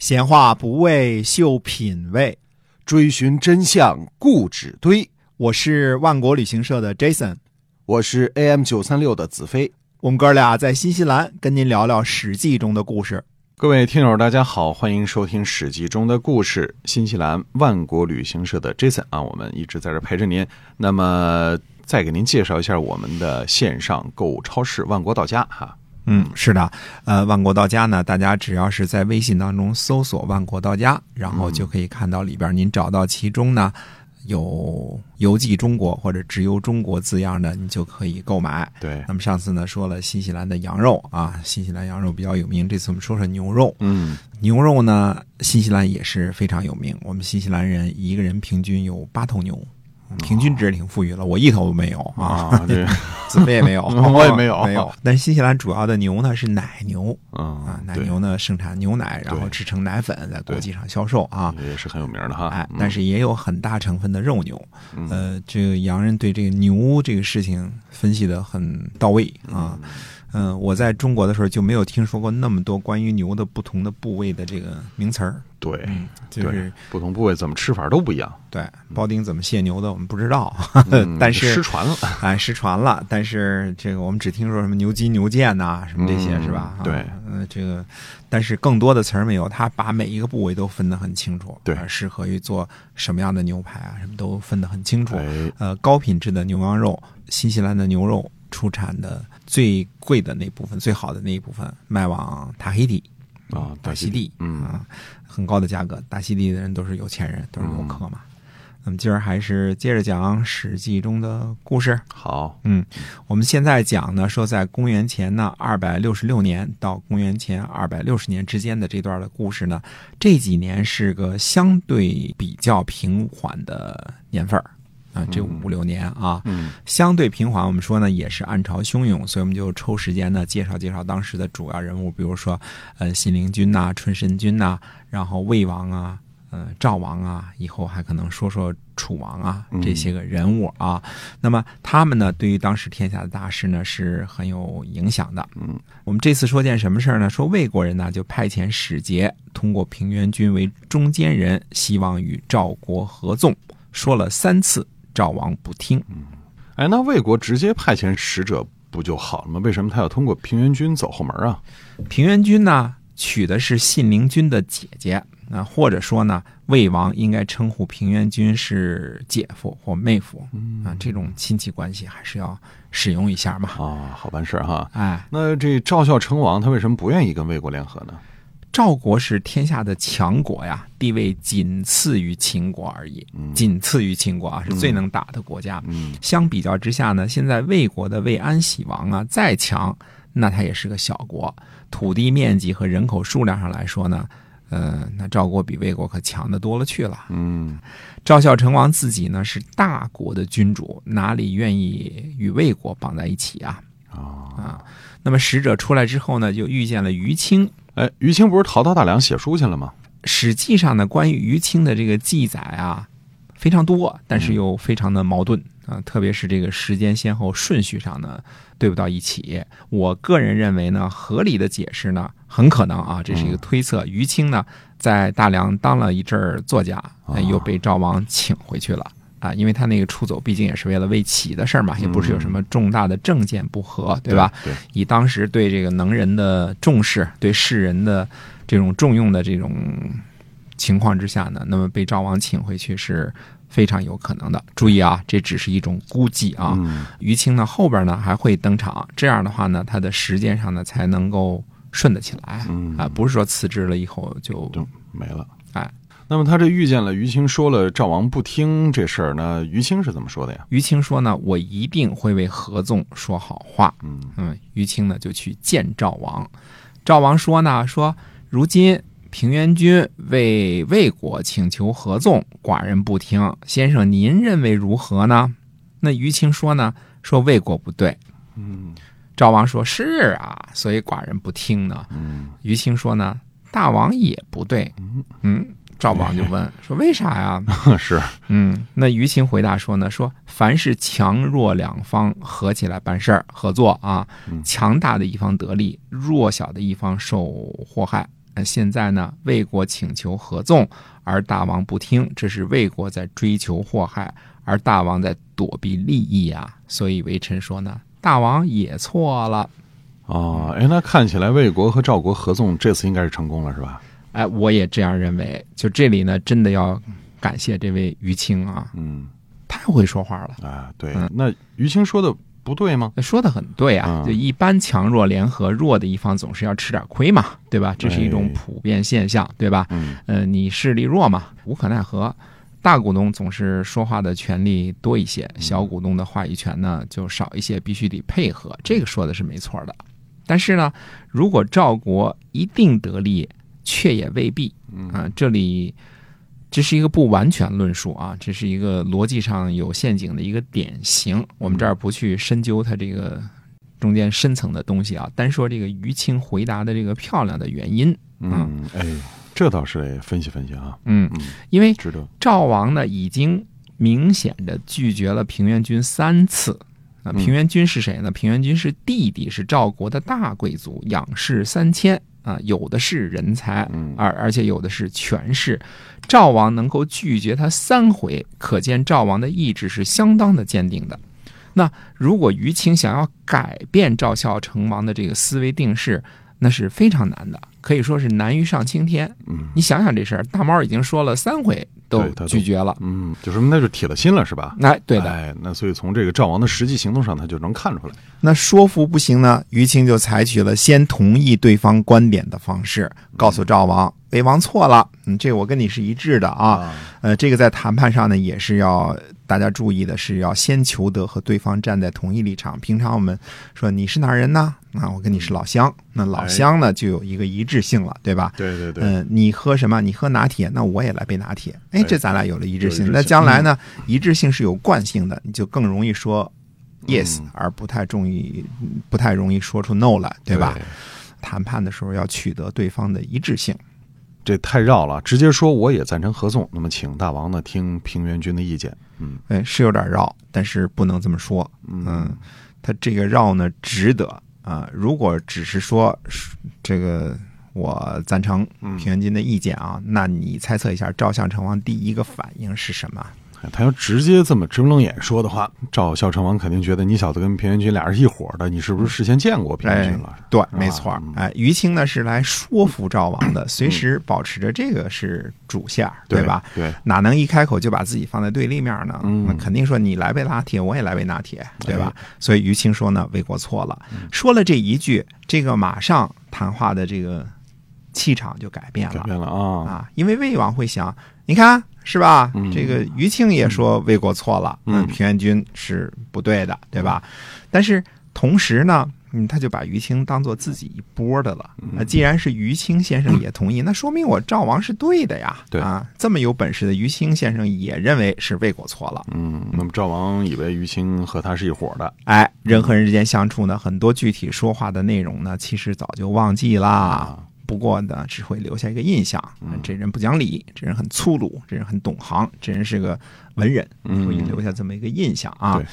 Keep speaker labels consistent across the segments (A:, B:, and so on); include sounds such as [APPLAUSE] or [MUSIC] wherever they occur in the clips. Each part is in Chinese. A: 闲话不为秀品味，
B: 追寻真相故纸堆。
A: 我是万国旅行社的 Jason，
B: 我是 AM 九三六的子飞。
A: 我们哥俩在新西兰跟您聊聊《史记》中的故事。
B: 各位听友，大家好，欢迎收听《史记》中的故事。新西兰万国旅行社的 Jason 啊，我们一直在这陪着您。那么，再给您介绍一下我们的线上购物超市万国到家哈、
A: 嗯，是的，呃，万国到家呢，大家只要是在微信当中搜索“万国到家”，然后就可以看到里边，您找到其中呢有“邮寄中国”或者“直邮中国”字样的，你就可以购买。
B: 对，
A: 那么上次呢说了新西兰的羊肉啊，新西兰羊肉比较有名，这次我们说说牛肉。
B: 嗯，
A: 牛肉呢，新西兰也是非常有名，我们新西兰人一个人平均有八头牛。平均值挺富裕了，我一头都没有啊，
B: 啊，对，
A: 子飞也没有，
B: [LAUGHS] 我也没有
A: [LAUGHS] 没有。但是新西兰主要的牛呢是奶牛，
B: 嗯
A: 啊，奶
B: 对
A: 牛呢盛产牛奶，然后
B: 对
A: 制成奶粉，在国际上销售啊。
B: 也是很有名的哈。
A: 哎
B: 嗯，
A: 但是也有很大成分的肉牛，
B: 嗯
A: 呃，这个洋人对这个牛这个事情分析的很到位啊。嗯、我在中国的时候就没有听说过那么多关于牛的不同的部位的这个名词儿，
B: 对，
A: 就
B: 嗯对
A: 是
B: 不同部位怎么吃法都不一样，
A: 对庖丁怎么卸牛的我们不知道，
B: 嗯
A: 呃 [LAUGHS] 但是
B: 失传了。
A: 哎，失传了，但是这个我们只听说什么牛筋牛腱呐、什么这些、
B: 嗯
A: 是吧？啊
B: 对，
A: 呃，这个，但是更多的词儿没有，他把每一个部位都分得很清楚，
B: 对
A: 啊适合于做什么样的牛排啊，什么都分得很清楚。
B: 哎，
A: 呃，高品质的牛羊肉，新西兰的牛肉出产的最贵的那部分，最好的那一部分卖往塔黑底
B: 啊
A: 大
B: 塔
A: 溪
B: 希
A: 地
B: 地，嗯
A: 啊，很高的价格，大溪地的人都是有钱人，都是游客嘛。那么今儿还是接着讲《史记》中的故事。
B: 好，
A: 嗯，我们现在讲呢，说在公元前呢二百六十六年到公元前二百六十年之间的这段的故事呢，这几年是个相对比较平缓的年份儿啊，这五六年啊，
B: 嗯
A: 相对平缓。我们说呢，也是暗潮汹涌，所以我们就抽时间呢介绍介绍当时的主要人物，比如说呃信陵君呐、春申君呐、然后魏王啊。呃，赵王啊，以后还可能说说楚王啊，这些个人物啊，
B: 嗯
A: 那么他们呢，对于当时天下的大事呢是很有影响的。
B: 嗯，
A: 我们这次说件什么事儿呢？说魏国人呢就派遣使节，通过平原君为中间人，希望与赵国合纵。说了三次，赵王不听。
B: 哎，那魏国直接派遣使者不就好了吗？为什么他要通过平原君走后门啊？
A: 平原君呢娶的是信陵君的姐姐啊、或者说呢，魏王应该称呼平原君是姐夫或妹夫啊、这种亲戚关系还是要使用一下嘛。
B: 啊，好办事儿哈。
A: 哎，
B: 那这赵孝成王他为什么不愿意跟魏国联合呢？
A: 赵国是天下的强国呀，地位仅次于秦国而已，仅次于秦国啊，是最能打的国家。
B: 嗯
A: 相比较之下呢，现在魏国的魏安喜王啊，再强，那他也是个小国，土地面积和人口数量上来说呢，呃，那赵国比魏国可强的多了去了。
B: 嗯，
A: 赵孝成王自己呢是大国的君主，哪里愿意与魏国绑在一起啊？
B: 啊，
A: 那么使者出来之后呢，就遇见了于清，
B: 哎，于清不是逃到大梁写书去了吗？
A: 史记上呢，关于于清的这个记载啊，非常多，但是又非常的矛盾啊、特别是这个时间先后顺序上呢，对不到一起。我个人认为呢，合理的解释呢，很可能啊，这是一个推测，于清呢在大梁当了一阵儿作家，哎又被赵王请回去了。啊，因为他那个出走，毕竟也是为了魏齐的事儿嘛，也不是有什么重大的政见不合，对吧？？
B: 对，
A: 以当时对这个能人的重视，对士人的这种重用的这种情况之下呢，那么被赵王请回去是非常有可能的。注意啊，这只是一种估计啊。
B: 嗯
A: 于清呢后边呢还会登场，这样的话呢，他的时间上呢才能够顺得起来
B: 嗯
A: 啊，不是说辞职了以后就
B: 就没了。
A: 哎，
B: 那么他这遇见了于清，说了赵王不听这事儿，那于清是怎么说的呀？
A: 于清说呢，我一定会为合纵说好话。
B: 嗯
A: 嗯，于清呢就去见赵王。赵王说呢，说如今平原君为魏国请求合纵，寡人不听，先生您认为如何呢？那于清说呢，说魏国不对。
B: 嗯
A: 赵王说是啊，所以寡人不听呢。
B: 嗯 [LAUGHS]
A: 于清说呢，大王也不对。嗯，赵王就问说为啥呀？
B: 嗯，是，
A: 嗯，那于清回答说呢，说凡是强弱两方合起来办事儿，合作啊，
B: 嗯
A: 强大的一方得利，弱小的一方受祸害。哎现在呢，魏国请求合纵，而大王不听，这是魏国在追求祸害，而大王在躲避利益啊。所以微臣说呢，大王也错了。
B: 哦，哎，那看起来魏国和赵国合纵这次应该是成功了，是吧？
A: 哎，我也这样认为。就这里呢，真的要感谢这位于青啊，
B: 嗯，
A: 太会说话了。
B: 啊，对
A: 嗯。
B: 那于青说的不对吗？
A: 说的很对啊，
B: 嗯
A: 就一般强弱联合，弱的一方总是要吃点亏嘛，对吧？这是一种
B: 哎
A: 普遍现象，对吧？
B: 嗯，
A: 呃，你势力弱嘛，无可奈何。大股东总是说话的权利多一些，小股东的话语权呢就少一些，必须得配合。这个说的是没错的。但是呢，如果赵国一定得利，却也未必啊。这里这是一个不完全论述啊，这是一个逻辑上有陷阱的一个典型。我们这儿不去深究它这个中间深层的东西啊，单说这个于青回答的这个漂亮的原因。
B: 嗯，哎，这倒是得分析分析啊，
A: 嗯
B: 嗯，
A: 因为
B: 值得。
A: 赵王呢已经明显的拒绝了平原君三次。啊，
B: 嗯
A: 平原君是谁呢？平原君是弟弟，是赵国的大贵族，仰视三千啊，有的是人才，
B: 嗯
A: 而而且有的是权势。赵王能够拒绝他三回，可见赵王的意志是相当的坚定的。那如果于清想要改变赵孝成王的这个思维定势，那是非常难的，可以说是难于上青天。
B: 嗯
A: 你想想这事儿，大猫已经说了三回都
B: 对他都
A: 拒绝了，
B: 嗯，就说明那就铁了心了，是吧？
A: 哎，对的。
B: 哎，那所以从这个赵王的实际行动上，他就能看出来。
A: 那说服不行呢，于清就采取了先同意对方观点的方式，告
B: 嗯
A: 诉赵王，魏王错了，嗯，这我跟你是一致的啊。呃，这个在谈判上呢，也是要大家注意的是，要先求得和对方站在同一立场。平常我们说你是哪儿人呢？那我跟你是老乡，那老乡呢就有一个一致性了，对吧？
B: 对哎对对，
A: 嗯、你喝什么？你喝拿铁，那我也来杯拿铁。哎，
B: 哎
A: 这咱俩有了一致
B: 有一致
A: 性。
B: 性嗯
A: 那将来呢？一致性是有惯性的，你就更容易说 yes，、
B: 嗯
A: 而不太容易不太容易说出 no 来，对吧？
B: 对
A: 谈判的时候要取得对方的一致性。
B: 这太绕了，直接说我也赞成合纵。那么，请大王呢听平原君的意见。嗯
A: 哎，是有点绕，但是不能这么说。嗯，他这个绕呢值得啊、如果只是说是这个我赞成
B: 嗯
A: 平原君的意见啊，那你猜测一下赵相成王第一个反应是什么？
B: 哎他要直接这么直不棱眼说的话，赵孝成王肯定觉得你小子跟平原君俩人一伙的，你是不是事先见过平原君了？
A: 哎对，没错儿
B: 嗯。
A: 哎，于清呢是来说服赵王的，随时保持着这个是主线儿，对吧？？
B: 对，
A: 哪能一开口就把自己放在对立面呢？
B: 嗯
A: 那肯定说你来杯拿铁，我也来杯拿铁，对吧？所以于清说呢，魏国错了。说了这一句，这个马上谈话的这个气场就改变
B: 改
A: 了
B: 变了啊。
A: 啊，因为魏王会想，你看是吧？这个于清也说魏国错了，
B: 嗯
A: 平原君是不对的，对吧？但是同时呢，嗯，他就把于清当做自己一波的了。
B: 嗯
A: 那既然是于清先生也同意，那说明我赵王是对的呀。
B: 对
A: 啊，这么有本事的于清先生也认为是魏国错了。
B: 嗯，那么赵王以为于清和他是一伙的，
A: 哎，人和人之间相处呢，很多具体说话的内容呢，其实早就忘记
B: 嗯
A: 啦。
B: 啊
A: 不过呢，只会留下一个印象：这人不讲理，这人很粗鲁，这人很懂行，这人是个文人，
B: 嗯
A: 会留下这么一个印象啊。
B: 对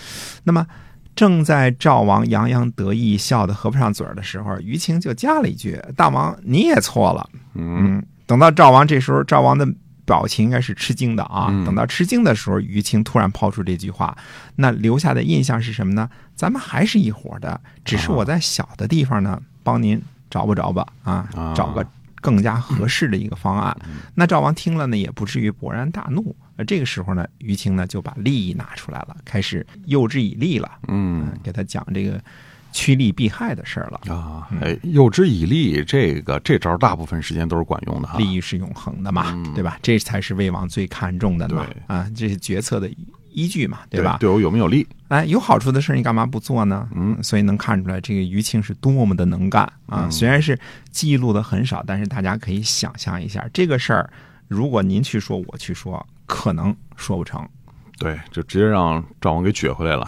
A: 那么，正在赵王洋洋得意、笑得合不上嘴儿的时候，于情就加了一句：“大王，你也错了。”
B: 嗯，
A: 嗯，等到赵王这时候，赵王的表情应该是吃惊的啊。
B: 嗯
A: 等到吃惊的时候，于青突然抛出这句话，那留下的印象是什么呢？咱们还是一伙的，只是
B: 啊
A: 我在小的地方呢，帮您找吧找吧啊
B: 啊，嗯
A: 找个更加合适的一个方案。那赵王听了呢，也不至于勃然大怒。而这个时候呢，于青呢就把利益拿出来了，开始诱之以利了，
B: 嗯，
A: 给他讲这个趋利避害的事儿了。
B: 啊，哎，诱之以利，这个这招大部分时间都是管用的哈。啊
A: 利益是永恒的嘛，
B: 嗯
A: 对吧？这才是魏王最看重的嘛，啊，这是决策的依据嘛，
B: 对
A: 吧？
B: 对我有没有利？
A: 哎，有好处的事儿你干嘛不做呢？
B: 嗯，
A: 所以能看出来这个于庆是多么的能干啊！虽然是记录的很少，但是大家可以想象一下，这个事儿如果您去说，我去说，可能说不成。
B: 对，就直接让赵王给撅回来了。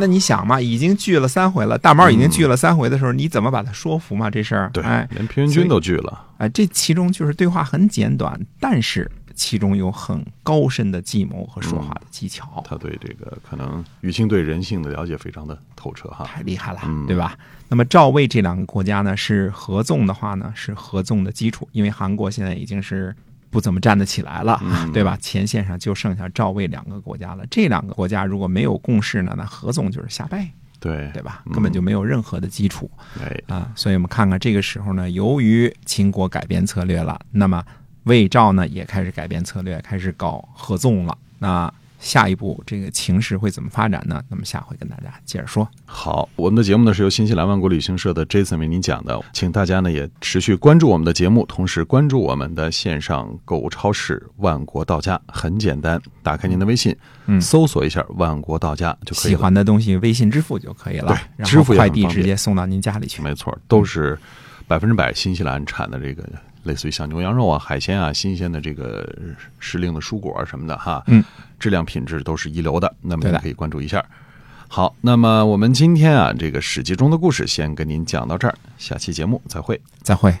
A: 那你想嘛，已经拒了三回了，大猫已经拒了三回的时候，你怎么把他说服嘛？这事儿，
B: 嗯对，
A: 哎，
B: 连平原
A: 所以
B: 君都拒了。
A: 啊，这其中就是对话很简短，但是其中有很高深的计谋和说话的技巧，
B: 他对这个可能于青对人性的了解非常的透彻哈。
A: 太厉害了
B: 嗯，
A: 对吧？那么赵魏这两个国家呢，是合纵的话呢，是合纵的基础，因为韩国现在已经是不怎么站得起来了，
B: 嗯
A: 对吧？前线上就剩下赵魏两个国家了，这两个国家如果没有共识呢，那合纵就是瞎掰，
B: 对
A: 对吧
B: 嗯？
A: 根本就没有任何的基础。
B: 哎，
A: 啊，所以我们看看这个时候呢，由于秦国改变策略了，那么魏赵呢也开始改变策略，开始搞合纵了。那下一步这个情势会怎么发展呢？那么下回跟大家接着说。
B: 好，我们的节目呢是由新西兰万国旅行社的 Jason 为您讲的，请大家呢也持续关注我们的节目，同时关注我们的线上购物超市万国到家，很简单，打开您的微信，
A: 嗯
B: 搜索一下万国到家就可以
A: 喜
B: 了。
A: 欢的东西微信支付就可以了
B: 对，
A: 然
B: 支
A: 后
B: 付也
A: 快
B: 很
A: 递
B: 方
A: 直
B: 便
A: 接送到您家里去。
B: 没错，都是百分之百新西兰产的这个，类似于像牛羊肉啊、海鲜啊、新鲜的这个时令的蔬果啊什么的哈，
A: 嗯，
B: 质量品质都是一流的。那么
A: 对
B: 您
A: 的
B: 可以关注一下。好，那么我们今天啊，这个《史记》中的故事先跟您讲到这儿，下期节目再会。
A: 再会。